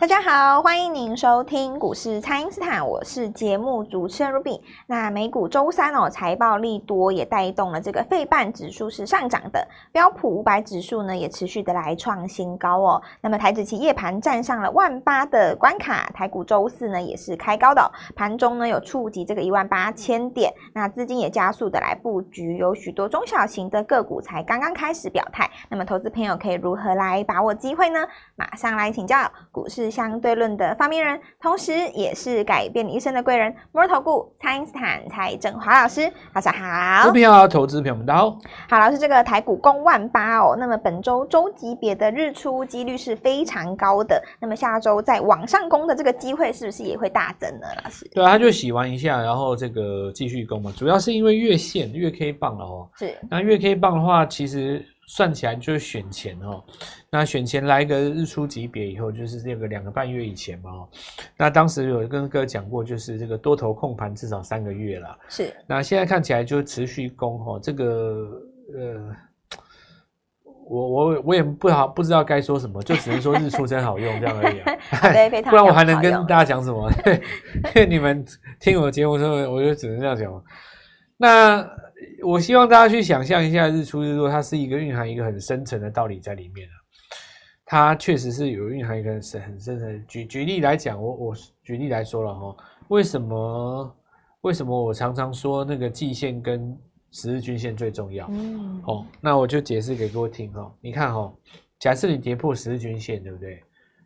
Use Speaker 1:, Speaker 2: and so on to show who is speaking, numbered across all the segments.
Speaker 1: 大家好，欢迎您收听股市蔡因斯坦，我是节目主持人 Ruby。那美股周三哦，财报利多也带动了这个费半指数是上涨的，标普五百指数呢也持续的来创新高哦。那么台指期夜盘站上了万八的关卡，台股周四呢也是开高的哦、盘中呢有触及这个一万八千点，那资金也加速的来布局，有许多中小型的个股才刚刚开始表态。那么投资朋友可以如何来把握机会呢？马上来请教股市相对论的发明人，同时也是改变你一生的贵人——摩尔投顾蔡因斯坦蔡振华老师，大家好
Speaker 2: 股。票投资朋友们，大家好。
Speaker 1: 好，老师，这个台股攻万八哦，那么本周周级别的日出几率是非常高的，那么下周再往上攻的这个机会是不是也会大增呢？老师
Speaker 2: 对啊，他就洗完一下，然后这个继续攻嘛。主要是因为月线、月 K 棒了哦。
Speaker 1: 是
Speaker 2: 那月 K 棒的话，其实算起来就是选前哦。那选前来一个日出级别以后，就是这个两个半月以前嘛、哦。那当时有跟各位讲过，就是这个多头控盘至少三个月啦。
Speaker 1: 是
Speaker 2: 那现在看起来就持续攻哦，这个呃。我我我也不好不知道该说什么，就只能说日出真好用这样而已、啊。
Speaker 1: 对，非常
Speaker 2: 不然我还能
Speaker 1: 好
Speaker 2: 跟
Speaker 1: 用
Speaker 2: 大家讲什么？ 对，因为你们听我节目之后，我就只能这样讲。那我希望大家去想象一下日出日落，它是一个蕴含一个很深层的道理在里面啊。它确实是有蕴含一个很深很深层的。举举例来讲，我我举例来说了哈，为什么为什么我常常说那个季线跟十日均线最重要？
Speaker 1: 嗯，
Speaker 2: 哦，那我就解释给各位听哦。你看哦，假设你跌破十日均线，对不对？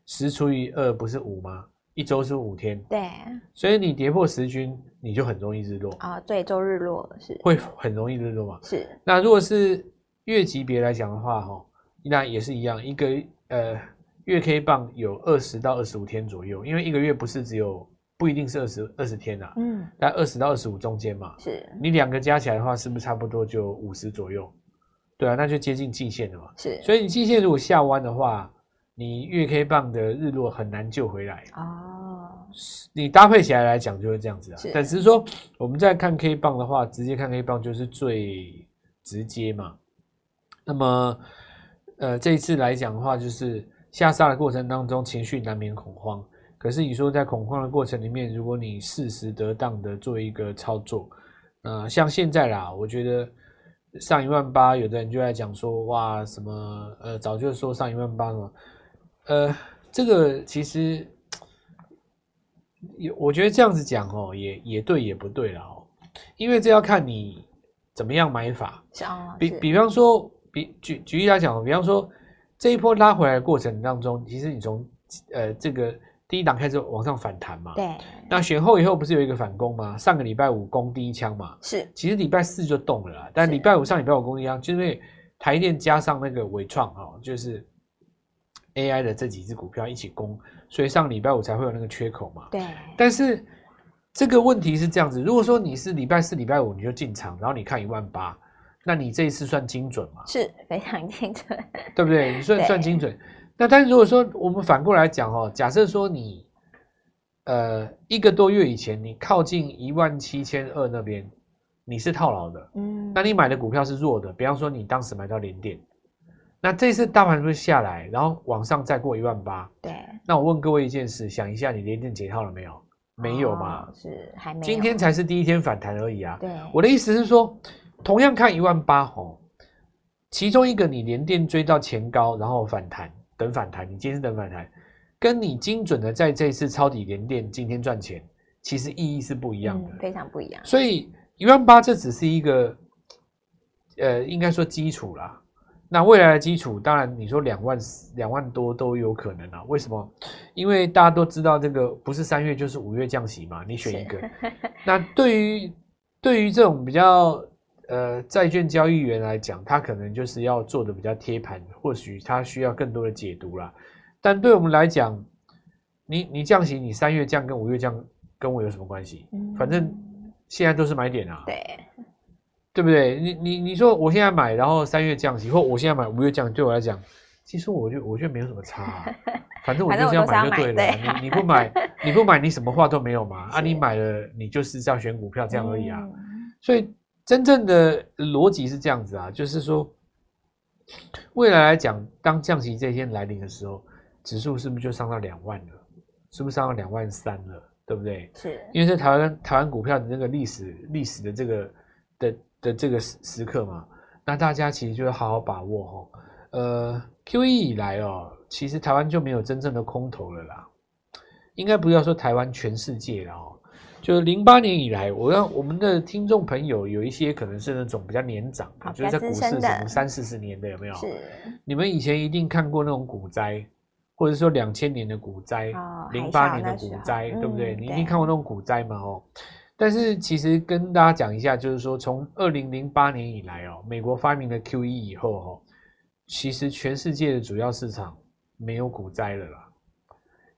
Speaker 2: 十除以二不是五吗？一周是五天，
Speaker 1: 对
Speaker 2: 所以你跌破十均，你就很容易日落，
Speaker 1: 啊，对，周日落了是
Speaker 2: 会很容易日落嘛。
Speaker 1: 是
Speaker 2: 那如果是月级别来讲的话，哈，那也是一样，一个呃月 K 棒有二十到二十五天左右，因为一个月不是只有不一定是二十二十天啊，
Speaker 1: 嗯
Speaker 2: 在二十到二十五中间嘛。
Speaker 1: 是
Speaker 2: 你两个加起来的话，是不是差不多就五十左右？对啊，那就接近季线了嘛。
Speaker 1: 是
Speaker 2: 所以你季线如果下弯的话，你月 K 棒的日落很难救回来。
Speaker 1: 哦
Speaker 2: 你搭配起来来讲就会这样子啊
Speaker 1: 是。
Speaker 2: 但只是说我们在看 K 棒的话，直接看 K 棒就是最直接嘛。那么，呃，这一次来讲的话，就是下杀的过程当中，情绪难免恐慌。可是你说在恐慌的过程里面，如果你适时得当的做一个操作，呃，像现在啦，我觉得上一万八，有的人就在讲说，哇，什么呃，早就说上一万八什么，呃，这个其实也我觉得这样子讲哦，也也对，也不对了哦，因为这要看你怎么样买法。
Speaker 1: 是哦
Speaker 2: 比
Speaker 1: 是
Speaker 2: 比方说，比举举例来讲哦，比方说这一波拉回来的过程当中，其实你从呃这个第一档开始往上反弹嘛，
Speaker 1: 对
Speaker 2: 那选后以后不是有一个反攻吗？上个礼拜五攻第一枪嘛，
Speaker 1: 是
Speaker 2: 其实礼拜四就动了啦，但
Speaker 1: 是
Speaker 2: 礼拜五上礼拜五攻一样，就是因为台电加上那个伟创哦，就是 AI 的这几只股票一起攻，所以上礼拜五才会有那个缺口嘛。
Speaker 1: 对
Speaker 2: 但是这个问题是这样子，如果说你是礼拜四、礼拜五你就进场，然后你看一万八，那你这一次算精准嘛？
Speaker 1: 是非常清楚
Speaker 2: 对不对？你算
Speaker 1: 对
Speaker 2: 算精准。那但是如果说我们反过来讲哦，假设说你呃一个多月以前你靠近一万七千二那边，你是套牢的，
Speaker 1: 嗯
Speaker 2: 那你买的股票是弱的，比方说你当时买到连电，那这次大盘不是下来，然后往上再过一万八，
Speaker 1: 对
Speaker 2: 那我问各位一件事，想一下你连电解套了没有？没有嘛
Speaker 1: 哦，是还没有
Speaker 2: 今天才是第一天反弹而已啊。
Speaker 1: 对
Speaker 2: 我的意思是说，同样看一万八哦，其中一个你连电追到前高，然后反弹，等反弹，你今天是等反弹，跟你精准的在这一次抄底连电今天赚钱，其实意义是不一
Speaker 1: 一
Speaker 2: 样的。
Speaker 1: 嗯非常不一样
Speaker 2: 所以一万八这只是一个，呃，应该说基础啦。那未来的基础，当然你说两万两万多都有可能啊。为什么？因为大家都知道这个不是三月就是五月降息嘛，你选一个。那对于对于这种比较呃债券交易员来讲，他可能就是要做的比较贴盘，或许他需要更多的解读啦。但对我们来讲，你你降息，你三月降跟五月降跟我有什么关系？反正
Speaker 1: 嗯
Speaker 2: 现在都是买点啊，
Speaker 1: 对
Speaker 2: 对不对？你你你说我现在买，然后三月降息，或我现在买五月降息，对我来讲，其实我觉得我觉得没有什么差、啊，反正我
Speaker 1: 反正
Speaker 2: 就是
Speaker 1: 我
Speaker 2: 要
Speaker 1: 都是要
Speaker 2: 买就对了啊。
Speaker 1: 买对
Speaker 2: 你你不买，你不买，你什么话都没有嘛。啊，
Speaker 1: 是
Speaker 2: 你买了，你就是要选股票这样而已啊。
Speaker 1: 嗯
Speaker 2: 所以真正的逻辑是这样子啊，就是说，未来来讲，当降息这一天来临的时候，指数是不是就上到两万了？是不是上到两万三了，对不对？
Speaker 1: 是
Speaker 2: 因为在台湾台湾股票的那个历史历史的这个的的这个时时刻嘛，那大家其实就要好好把握哦。呃，Q E 以来哦，其实台湾就没有真正的空头了啦，应该不要说台湾，全世界了哦。就是零八年以来，我让我们的听众朋友有一些可能是那种比较年长的，
Speaker 1: 好
Speaker 2: 就是
Speaker 1: 啊比较
Speaker 2: 在股
Speaker 1: 资
Speaker 2: 市
Speaker 1: 深的
Speaker 2: 什么三四十年的有没有？
Speaker 1: 是
Speaker 2: 你们以前一定看过那种股灾，或者说两千年的股灾
Speaker 1: 哦，
Speaker 2: 零
Speaker 1: 海
Speaker 2: 八、
Speaker 1: 啸
Speaker 2: 年的
Speaker 1: 那时
Speaker 2: 股
Speaker 1: 候
Speaker 2: 灾，对不对？
Speaker 1: 嗯
Speaker 2: 你一
Speaker 1: 对
Speaker 2: 定看过那种股灾嘛？哦，但是其实跟大家讲一下，就是说从二零零八年以来哦，美国发明了 QE 以后哦，其实全世界的主要市场没有股灾了啦。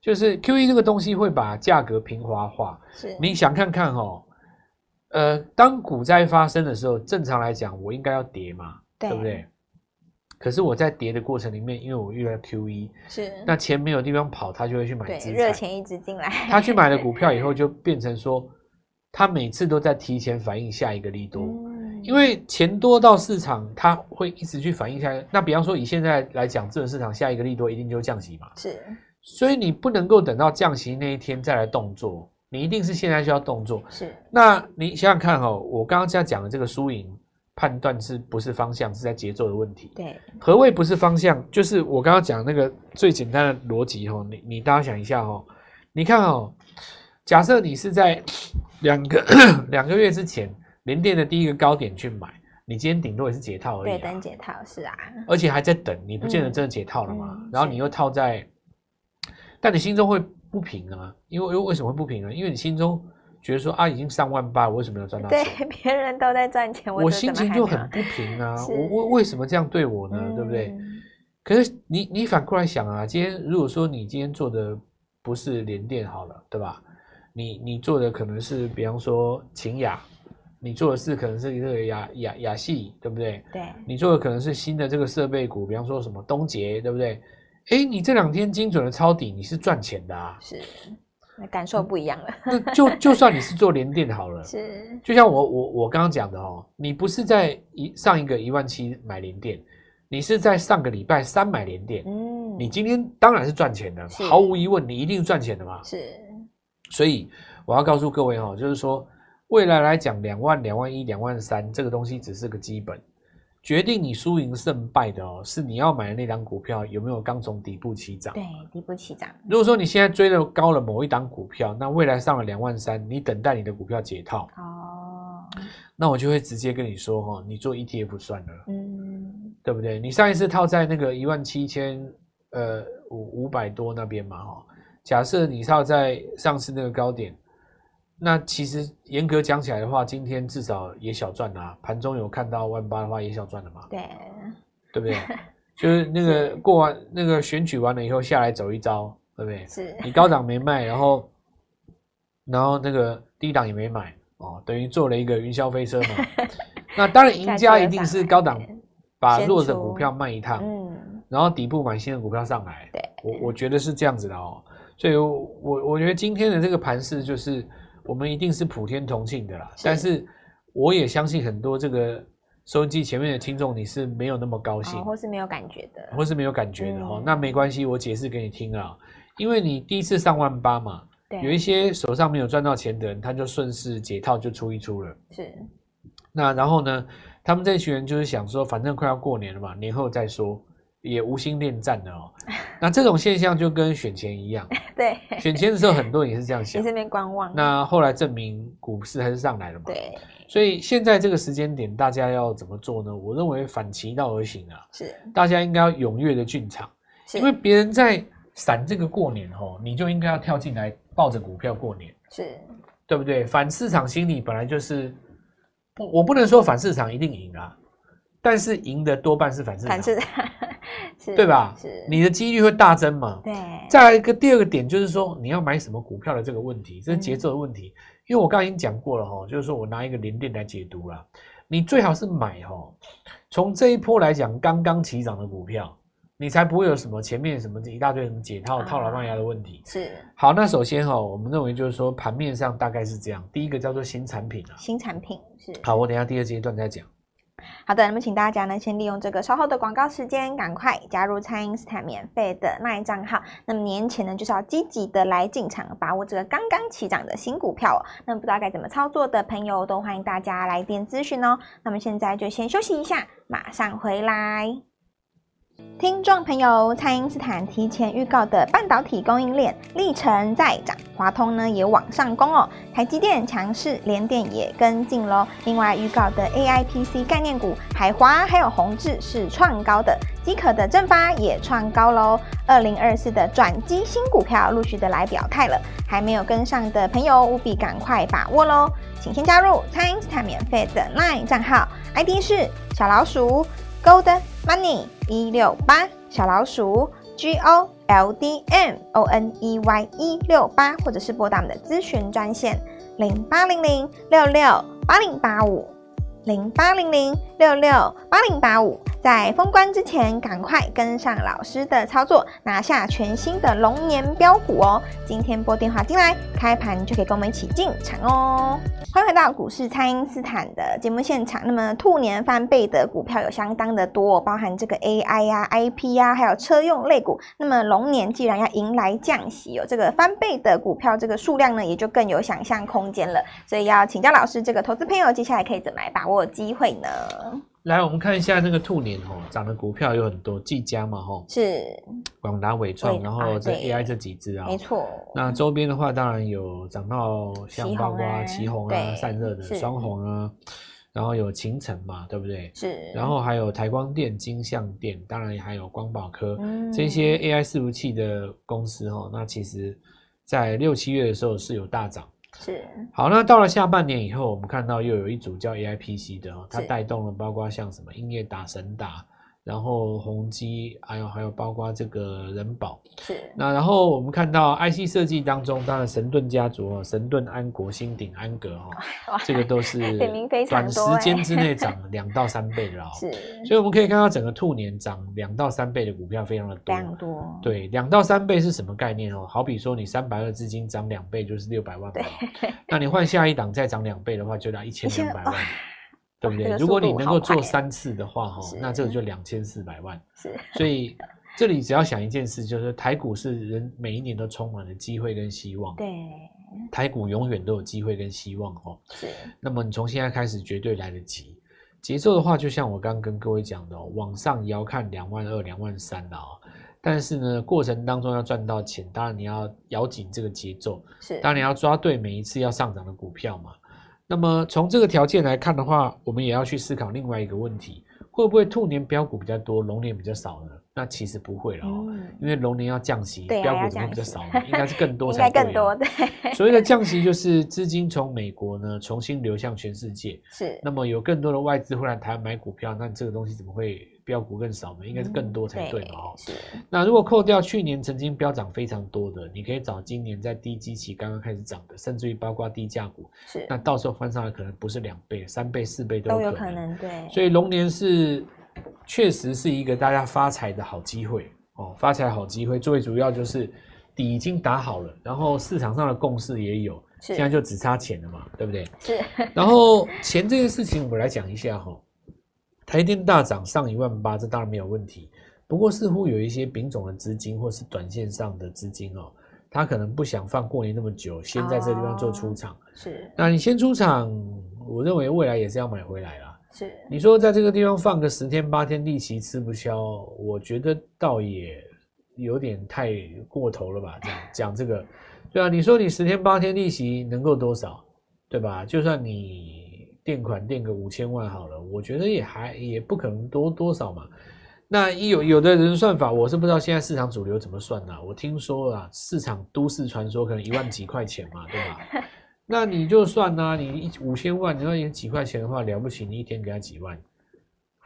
Speaker 2: 就是 QE 这个东西会把价格平滑化，
Speaker 1: 是，
Speaker 2: 你想看看哦，呃，当股灾发生的时候，正常来讲我应该要跌嘛，
Speaker 1: 对
Speaker 2: 对不对？可是我在跌的过程里面，因为我遇到 QE，
Speaker 1: 是
Speaker 2: 那钱没有地方跑，他就会去买
Speaker 1: 嗯对
Speaker 2: 资
Speaker 1: 热
Speaker 2: 产。
Speaker 1: 钱一直进来，
Speaker 2: 他去买了股票以后，就变成说，他每次都在提前反映下一个利多，
Speaker 1: 嗯
Speaker 2: 因为钱多到市场，他会一直去反映下一个。那比方说，以现在来讲，资本市场下一个利多一定就是降息嘛，
Speaker 1: 是
Speaker 2: 所以你不能够等到降息那一天再来动作，你一定是现在就要动作。
Speaker 1: 是
Speaker 2: 那你想想看哦，我刚刚这样讲的这个输赢判断是不是方向，是在节奏的问题。
Speaker 1: 对
Speaker 2: 何谓不是方向？就是我刚刚讲那个最简单的逻辑哦，你你大家想一下哦，你看哦，假设你是在两个 两个月之前联电的第一个高点去买，你今天顶多也是解套而已、
Speaker 1: 对
Speaker 2: 啊，
Speaker 1: 等解套是啊，
Speaker 2: 而且还在等，你不见得真的解套了嘛。
Speaker 1: 嗯嗯
Speaker 2: 然后
Speaker 1: 是
Speaker 2: 你又套在，但你心中会不平啊，因为因为为什么会不平呢？因为你心中觉得说啊，已经上万八，我为什么要赚到钱？
Speaker 1: 对别人都在赚钱，
Speaker 2: 我
Speaker 1: 这
Speaker 2: 心
Speaker 1: 怎
Speaker 2: 情
Speaker 1: 么
Speaker 2: 就
Speaker 1: 还
Speaker 2: 很
Speaker 1: 没
Speaker 2: 不平啊！
Speaker 1: 是
Speaker 2: 我为为什么这样对我呢？
Speaker 1: 有
Speaker 2: 对不对？
Speaker 1: 嗯
Speaker 2: 可是你你反过来想啊，今天如果说你今天做的不是联电好了，对吧？你你做的可能是比方说秦雅，你做的是可能是这个雅雅雅系，对不对？
Speaker 1: 对。
Speaker 2: 你做的可能是新的这个设备股，比方说什么东杰，对不对？哎，你这两天精准的抄底，你是赚钱的啊
Speaker 1: 是，那感受不一样了，
Speaker 2: 那就就算你是做联电好了，
Speaker 1: 是
Speaker 2: 就像我我我刚刚讲的哦，你不是在一上一个一万七买联电，你是在上个礼拜三买联电，
Speaker 1: 嗯
Speaker 2: 你今天当然是赚钱的，
Speaker 1: 是
Speaker 2: 毫无疑问，你一定是赚钱的嘛。
Speaker 1: 是
Speaker 2: 所以我要告诉各位哦，就是说未来来讲，两万、两万一、两万三这个东西只是个基本，决定你输赢胜败的哦，是你要买的那档股票有没有刚从底部起涨。
Speaker 1: 对底部起涨
Speaker 2: 如果说你现在追了高了某一档股票，那未来上了两万三，你等待你的股票解套，
Speaker 1: 哦，
Speaker 2: 那我就会直接跟你说哈、哦，你做 ETF 算了，
Speaker 1: 嗯
Speaker 2: 对不对？你上一次套在那个一万七千呃五五百多那边嘛哈、哦，假设你套在上次那个高点，那其实严格讲起来的话，今天至少也小赚啦、盘中有看到万八的话也小赚了嘛，
Speaker 1: 对
Speaker 2: 对不对？就是那个过完那个选举完了以后下来走一遭，对不对？
Speaker 1: 是
Speaker 2: 你高档没卖，然后然后那个低档也没买哦，等于做了一个云霄飞车 嘛。那当然，赢家一定是高档把
Speaker 1: 先
Speaker 2: 弱的
Speaker 1: 出
Speaker 2: 股票卖一趟，
Speaker 1: 嗯
Speaker 2: 然后底部买新的股票上来。
Speaker 1: 对
Speaker 2: 我我觉得是这样子的哦。所以我，我我觉得今天的这个盘势就是我们一定是普天同庆的啦。
Speaker 1: 是
Speaker 2: 但是我也相信很多这个收音机前面的听众，你是没有那么高兴
Speaker 1: 哦，，或是没有感觉的
Speaker 2: 或是没有感觉的哦
Speaker 1: 嗯。
Speaker 2: 那没关系，我解释给你听啊。因为你第一次上万八嘛，
Speaker 1: 对
Speaker 2: 有一些手上没有赚到钱的人，他就顺势解套就出一出了。
Speaker 1: 是
Speaker 2: 那然后呢，他们这群人就是想说，反正快要过年了嘛，年后再说，也无心恋战了 哦。那这种现象就跟选前一 样，
Speaker 1: 对
Speaker 2: 选前的时候很多人也是这样
Speaker 1: 你
Speaker 2: 想。
Speaker 1: 这边观望
Speaker 2: 那后来证明股市还是上来了嘛。。
Speaker 1: 对
Speaker 2: 所以现在这个时间点，大家要怎么做呢？我认为反其道而行啊，
Speaker 1: 是
Speaker 2: 大家应该要踊跃的进场。
Speaker 1: 是
Speaker 2: 因为别人在闪这个过年吼，你就应该要跳进来抱着股票过年，
Speaker 1: 是
Speaker 2: 对不对？反市场心理本来就是不，我不能说反市场一定赢啊，但是赢的多半是反市场，
Speaker 1: 反是 是
Speaker 2: 对吧？
Speaker 1: 是
Speaker 2: 你的几率会大增嘛。
Speaker 1: 对
Speaker 2: 再来一个第二个点就是说，你要买什么股票的这个问题，这是节
Speaker 1: 嗯
Speaker 2: 奏的问题。因为我刚才已经讲过了哈，就是说我拿一个连电来解读啦，你最好是买哈，从这一波来讲刚刚起涨的股票，你才不会有什么前面什么一大堆什么解套、
Speaker 1: 啊
Speaker 2: 套牢卖压的问题。
Speaker 1: 是
Speaker 2: 好，那首先哈，我们认为就是说盘面上大概是这样，第一个叫做新产品啊。
Speaker 1: 新产品是
Speaker 2: 好，我等一下第二阶段再讲。
Speaker 1: 好的，那么请大家呢，先利用这个稍后的广告时间，赶快加入蔡因斯坦免费的 LINE 账号。那么年前呢，就是要积极的来进场，把握这个刚刚起涨的新股票哦。那么不知道该怎么操作的朋友，都欢迎大家来电咨询哦。那么现在就先休息一下，马上回来。听众朋友，蔡英斯坦提前预告的半导体供应链历程在涨，华通呢也往上攻哦，台积电强势，联电也跟进喽。另外预告的 AI PC 概念股，海华还有宏志是创高的，机壳的正发也创高喽。二零二四的转机新股票陆续的来表态了，还没有跟上的朋友务必赶快把握喽，请先加入蔡英斯坦免费的 LINE 账号，ID 是小老鼠 Gold Money 一六八小老鼠 G O L D M O N E Y 一六八，或者是拨打我们的咨询专线零八零零六六八零八五零八零零六六八零八五。在封关之前，赶快跟上老师的操作，拿下全新的龙年标股哦！今天拨电话进来，开盘就可以跟我们一起进场哦。欢迎回到股市，蔡因斯坦的节目现场。那么兔年翻倍的股票有相当的多、哦，包含这个 AI 呀、IP 呀、还有车用类股。那么龙年既然要迎来降息、哦，有这个翻倍的股票，这个数量呢也就更有想象空间了。所以要请教老师，这个投资朋友接下来可以怎么来把握机会呢？
Speaker 2: 来，我们看一下那个兔年哦，涨的股票有很多，技嘉嘛吼，
Speaker 1: 是
Speaker 2: 广达、伟
Speaker 1: 伟
Speaker 2: 创，
Speaker 1: 达
Speaker 2: 然后这
Speaker 1: 对
Speaker 2: AI 这几只啊，
Speaker 1: 没错，
Speaker 2: 那周边的话，当然有涨到像
Speaker 1: 旗
Speaker 2: 包
Speaker 1: 宏
Speaker 2: 括
Speaker 1: 啊
Speaker 2: 旗红啊、
Speaker 1: 对
Speaker 2: 散热的
Speaker 1: 是
Speaker 2: 双红啊，然后有秦城嘛，对不对？
Speaker 1: 是。
Speaker 2: 然后还有台光电、金像电，当然还有光宝科、
Speaker 1: 嗯
Speaker 2: 这些 AI 伺服器的公司哦。那其实，在六七月的时候是有大涨。
Speaker 1: 是
Speaker 2: 好，那到了下半年以后，我们看到又有一组叫 AIPC 的哦，它
Speaker 1: 是
Speaker 2: 带动了包括像什么英业达、神达，然后宏基，还有还有包括这个人保。
Speaker 1: 是
Speaker 2: 那然后我们看到 IC 设计当中，当然神盾家族哦，神盾、安国、新鼎、安格 哦，
Speaker 1: 哇
Speaker 2: 这个都是
Speaker 1: 点名非常
Speaker 2: 短时
Speaker 1: 多哎
Speaker 2: 间之内涨两到三倍的哦。
Speaker 1: 是
Speaker 2: 所以我们可以看到整个兔年涨两到三倍的股票非常的
Speaker 1: 非
Speaker 2: 多。
Speaker 1: 常多，
Speaker 2: 对，两到三倍是什么概念哦？好比说你三百二资金涨两倍就是六百万嘛，那你换下一档再涨两倍的话，就到一千两百万
Speaker 1: 哇，
Speaker 2: 对不
Speaker 1: 这
Speaker 2: 对？
Speaker 1: 个
Speaker 2: 如果
Speaker 1: 速
Speaker 2: 你
Speaker 1: 度
Speaker 2: 能
Speaker 1: 好
Speaker 2: 够
Speaker 1: 快哎
Speaker 2: 做三次的话，哈
Speaker 1: 是，
Speaker 2: 那这个就两千四 百万。
Speaker 1: 是
Speaker 2: 所以这里只要想一件事，就是台股是人每一年都充满了机会跟希望，
Speaker 1: 对
Speaker 2: 台股永远都有机会跟希望哦。
Speaker 1: 是
Speaker 2: 那么你从现在开始绝对来得及。节奏的话，就像我刚刚跟各位讲的、哦，往上也要看两万二、两万三了哦。但是呢，过程当中要赚到钱，当然你要咬紧这个节奏，
Speaker 1: 是，
Speaker 2: 当然你要抓对每一次要上涨的股票嘛。那么从这个条件来看的话，我们也要去思考另外一个问题：会不会兔年标股比较多，龙年比较少呢？那其实不会了哦，
Speaker 1: 嗯，
Speaker 2: 因为龙年要降息，
Speaker 1: 对啊
Speaker 2: 标
Speaker 1: 要
Speaker 2: 股怎么
Speaker 1: 降
Speaker 2: 比较
Speaker 1: 息
Speaker 2: 少呢？应该是更多
Speaker 1: 应
Speaker 2: 才
Speaker 1: 该更
Speaker 2: 对哦
Speaker 1: 多，对，
Speaker 2: 所谓的降息，就是资金从美国呢重新流向全世界，
Speaker 1: 是
Speaker 2: 那么有更多的外资会来台湾买股票，那这个东西怎么会标股更少呢？应该是更多才对嘛哦。
Speaker 1: 嗯是
Speaker 2: 那如果扣掉去年曾经飙涨非常多的，你可以找今年在低基期刚刚开始涨的，甚至于包括低价股，
Speaker 1: 是
Speaker 2: 那到时候翻上来可能不是两倍、三倍、四倍都
Speaker 1: 都
Speaker 2: 有
Speaker 1: 有
Speaker 2: 可
Speaker 1: 可
Speaker 2: 能。
Speaker 1: 能，对，
Speaker 2: 所以龙年是确实是一个大家发财的好机会哦，发财好机会。最主要就是底已经打好了，然后市场上的共识也有，
Speaker 1: 是
Speaker 2: 现在就只差钱了 嘛，对不对？
Speaker 1: 是
Speaker 2: 然后钱这件事情，我们来讲一下哈、台电大涨上一万八，这当然没有问题。不过似乎有一些丙种的资金或是短线上的资金哦，他可能不想放过年那么久，先在这地方做出场。
Speaker 1: 是
Speaker 2: 那你先出场，我认为未来也是要买回来啦。
Speaker 1: 是，
Speaker 2: 你说在这个地方放个十天八天，利息吃不消，我觉得倒也有点太过头了吧？讲讲这个，对啊，你说你十天八天利息能够多少，对吧？就算你垫款垫个五千万好了，我觉得也还也不可能多多少嘛。那有有的人算法，我是不知道现在市场主流怎么算呢、我听说啊，市场都市传说可能一万几块钱嘛，对吧？那你就算呢、你一五千万，你要有几块钱的话，了不起，你一天给他几万，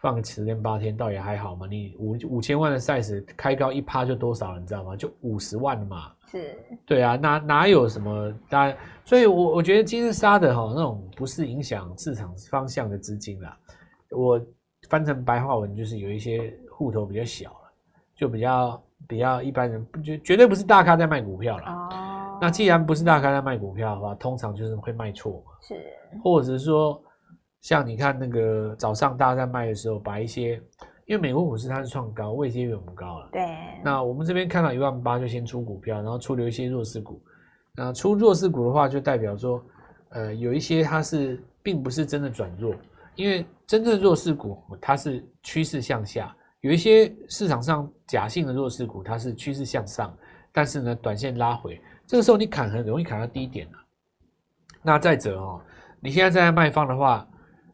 Speaker 2: 放个十天八天，倒也还好嘛。你五五千万的 size 开高一趴就多少，你知道吗？就五十万嘛。
Speaker 1: 是
Speaker 2: 对啊，哪哪有什么？当然，所以我我觉得今天杀的哈、那种不是影响市场方向的资金啦，我翻成白话文就是有一些户头比较小了，就比较比较一般人不绝绝对不是大咖在卖股票啦。
Speaker 1: 哦，
Speaker 2: 那既然不是大咖在卖股票的话，通常就是会卖错嘛，
Speaker 1: 是
Speaker 2: 或者是说像你看那个早上大家在卖的时候，把一些因为美国股市它是创高，位阶远不高了。
Speaker 1: 对，
Speaker 2: 那我们这边看到一万八就先出股票，然后出留一些弱势股。那出弱势股的话，就代表说，呃，有一些它是并不是真的转弱，因为真正弱势股它是趋势向下，有一些市场上假性的弱势股它是趋势向上，但是呢，短线拉回，这个时候你砍很容易砍到低点啊。那再者哦，你现在在卖方的话，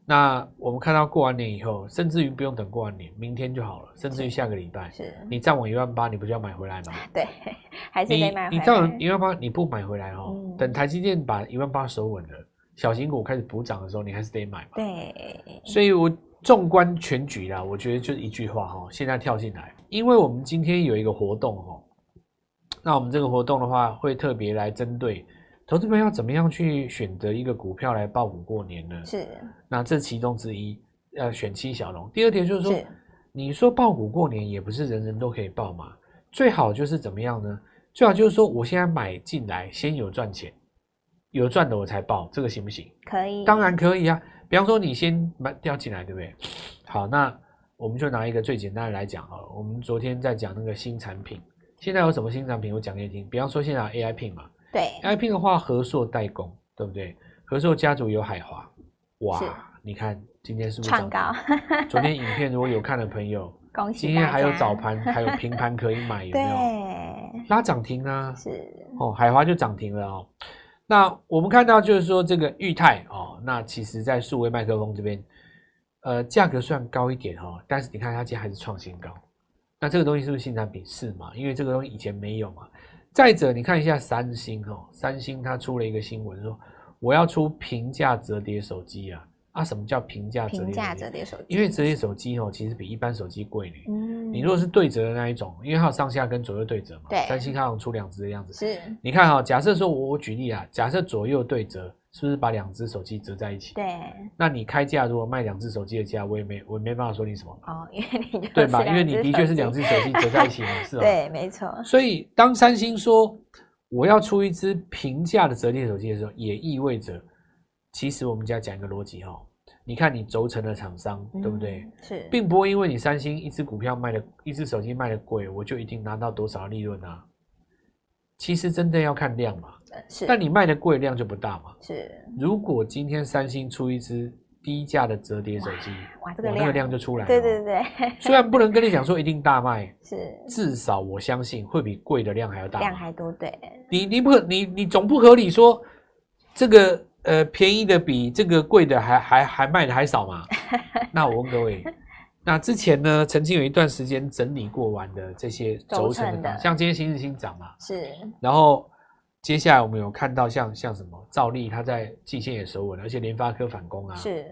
Speaker 2: 那我们看到过完年以后，甚至于不用等过完年，明天就好了，甚至于下个礼拜。
Speaker 1: 是，
Speaker 2: 你站稳一万八，你不就要买回来吗？
Speaker 1: 对，还是
Speaker 2: 你
Speaker 1: 得买回
Speaker 2: 你
Speaker 1: 来。
Speaker 2: 站稳一万八，你不买回来哦，
Speaker 1: 嗯
Speaker 2: 等台积电把一万八守稳了，小型股开始补涨的时候，你还是得买嘛。
Speaker 1: 对，
Speaker 2: 所以我纵观全局啦，我觉得就是一句话哈、哦，现在跳进来，因为我们今天有一个活动哦，那我们这个活动的话，会特别来针对投资朋友怎么样去选择一个股票来报股过年呢？
Speaker 1: 是
Speaker 2: 那这其中之一，呃，选七小龙。第二点就是说，
Speaker 1: 是，
Speaker 2: 你说报股过年也不是人人都可以报嘛，最好就是怎么样呢？最好就是说我现在买进来，先有赚钱，有赚的我才报，这个行不行？
Speaker 1: 可以。
Speaker 2: 当然可以啊。比方说你先买掉进来，对不对？好，那我们就拿一个最简单的来讲好了。我们昨天在讲那个新产品，现在有什么新产品？我讲给你听。比方说现在有 AI Pin 嘛
Speaker 1: 对，
Speaker 2: ，AI Pin 的话，和硕代工，对不对？和硕家族有海华，哇
Speaker 1: 是，
Speaker 2: 你看今天是不是
Speaker 1: 创
Speaker 2: 涨
Speaker 1: 高
Speaker 2: 停？，昨天影片如果有看的朋友，
Speaker 1: 恭喜
Speaker 2: 今天
Speaker 1: 大
Speaker 2: 还有
Speaker 1: 家
Speaker 2: 早盘，还有平盘可以买，有没有？
Speaker 1: 对，
Speaker 2: 拉涨停啊！
Speaker 1: 是
Speaker 2: 哦，海华就涨停了哦。那我们看到就是说这个裕泰哦，那其实在数位麦克风这边，呃，价格虽然高一点哦，但是你看它今天还是创新高。那这个东西是不是性产品？是嘛？因为这个东西以前没有嘛。再者，你看一下三星哦，三星它出了一个新闻说，我要出平价折叠手机啊。啊，什么叫平价折叠手
Speaker 1: 平
Speaker 2: 机？
Speaker 1: 价折叠手机，
Speaker 2: 因为折叠手机哦，其实比一般手机贵呢。
Speaker 1: 嗯，
Speaker 2: 你如果是对折的那一种，因为它有上下跟左右对折嘛，
Speaker 1: 对
Speaker 2: 三星它好像出两只的样子。
Speaker 1: 是
Speaker 2: 你看哈、假设说我我举例啊，假设左右对折，是不是把两只手机折在一起？
Speaker 1: 对
Speaker 2: 那你开价如果卖两只手机的价，我也没我也没办法说你什么 嘛，
Speaker 1: 哦，因为你就
Speaker 2: 对
Speaker 1: 是
Speaker 2: 吧？
Speaker 1: 两
Speaker 2: 因为
Speaker 1: 只
Speaker 2: 你的
Speaker 1: 手机
Speaker 2: 确是两只手机折在一 起嘛，是吧？。
Speaker 1: 对，没错，
Speaker 2: 所以当三星说我要出一只平价的折叠手机的时候，也意味着，其实我们就要讲一个逻辑哈、你看你轴承的厂商，对不对？
Speaker 1: 嗯？是，
Speaker 2: 并不会因为你三星一只股票卖的，一只手机卖的贵，我就一定拿到多少利润啊？其实真的要看量嘛，
Speaker 1: 呃是，
Speaker 2: 但你卖的贵量就不大嘛。
Speaker 1: 是
Speaker 2: 如果今天三星出一只低价的折叠手机，
Speaker 1: 哇，这
Speaker 2: 我
Speaker 1: 个
Speaker 2: 那个
Speaker 1: 量，
Speaker 2: 量就出来了。哦
Speaker 1: 对对，对，
Speaker 2: 虽然不能跟你讲说一定大卖，
Speaker 1: 是
Speaker 2: 至少我相信会比贵的量还要大嘛。
Speaker 1: 量还多，对，
Speaker 2: 你你不可你你总不合理说这个呃便宜的比这个贵的还还还卖的还少 嘛？那我问各位，那之前呢曾经有一段时间整理过完的这些轴承的
Speaker 1: 轴承的
Speaker 2: 房，像今天新日新涨嘛，
Speaker 1: 是
Speaker 2: 然后接下来我们有看到像像什么兆利它在季线也守稳，而且联发科反攻啊，
Speaker 1: 是，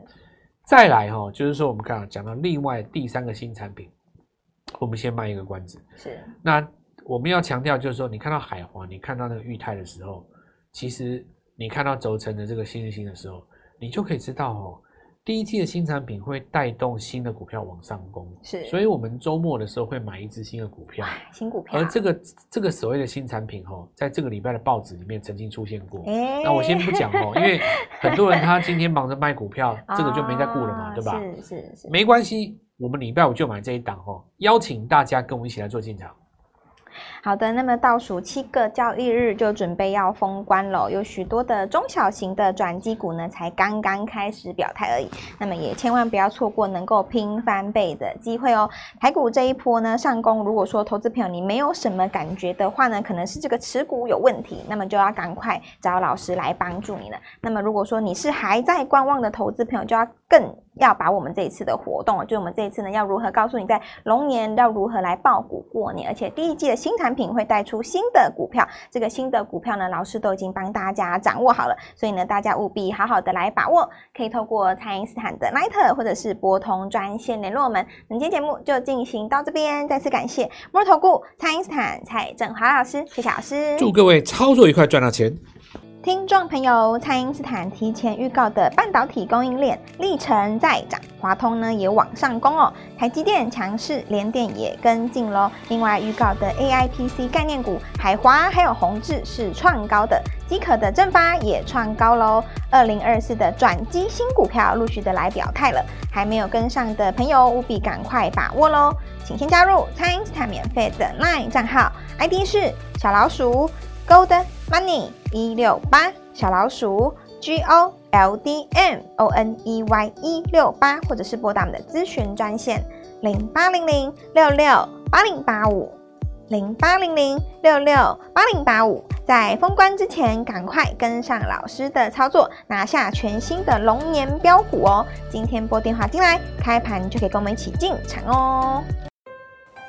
Speaker 2: 再来哈、哦，就是说我们看到讲到另外第三个新产品，我们先卖一个关子。
Speaker 1: 是，
Speaker 2: 那我们要强调就是说，你看到海华，你看到那个裕泰的时候，其实你看到轴承的这个新日新的时候，你就可以知道哦，第一季的新产品会带动新的股票往上攻。
Speaker 1: 是
Speaker 2: 所以我们周末的时候会买一只新的股票，
Speaker 1: 新股票，
Speaker 2: 而这个这个所谓的新产品哦，在这个礼拜的报纸里面曾经出现过。
Speaker 1: 哎
Speaker 2: 那我先不讲哦，因为很多人他今天忙着卖 股票，这个就没在顾了嘛，
Speaker 1: 哦
Speaker 2: 对吧？
Speaker 1: 啊是是是，
Speaker 2: 没关系，我们礼拜五就买这一档哦，邀请大家跟我们一起来做进场。
Speaker 1: 好的，那么倒数七个交易日就准备要封关了，有许多的中小型的转机股呢，才刚刚开始表态而已。那么也千万不要错过能够拼翻倍的机会哦。台股这一波呢上攻，如果说投资朋友你没有什么感觉的话呢，可能是这个持股有问题，那么就要赶快找老师来帮助你了。那么如果说你是还在观望的投资朋友，就要更要把我们这一次的活动，啊就是我们这一次呢要如何告诉你在龙年要如何来爆股过年，而且第一季的新产品会带出新的股票，这个新的股票呢，老师都已经帮大家掌握好了，所以呢，大家务必好好的来把握，可以透过蔡因斯坦的 Line 或者是拨通专线联络我们。那么今天节目就进行到这边，再次感谢摩尔投顾蔡因斯坦蔡振华老师，谢谢老师，
Speaker 2: 祝各位操作愉快，赚到钱！
Speaker 1: 听众朋友，蔡因斯坦提前预告的半导体供应链历程在涨，华通呢也往上攻哦，台积电强势，联电也跟进喽。另外预告的 AI PC 概念股海华还有宏志是创高的，即可的正发也创高喽。二零二四的转机新股票陆续的来表态了，还没有跟上的朋友务必赶快把握喽！请先加入蔡因斯坦免费的 LINE 账号，ID 是小老鼠 Gold Money 一六八，小老鼠 G O L D M O N E Y 一六八，或者是拨打我们的咨询专线零八零零六六八零八五。零八零零六六八零八五，在封关之前赶快跟上老师的操作，拿下全新的龙年标股哦！今天拨电话进来，开盘就可以跟我们一起进场哦。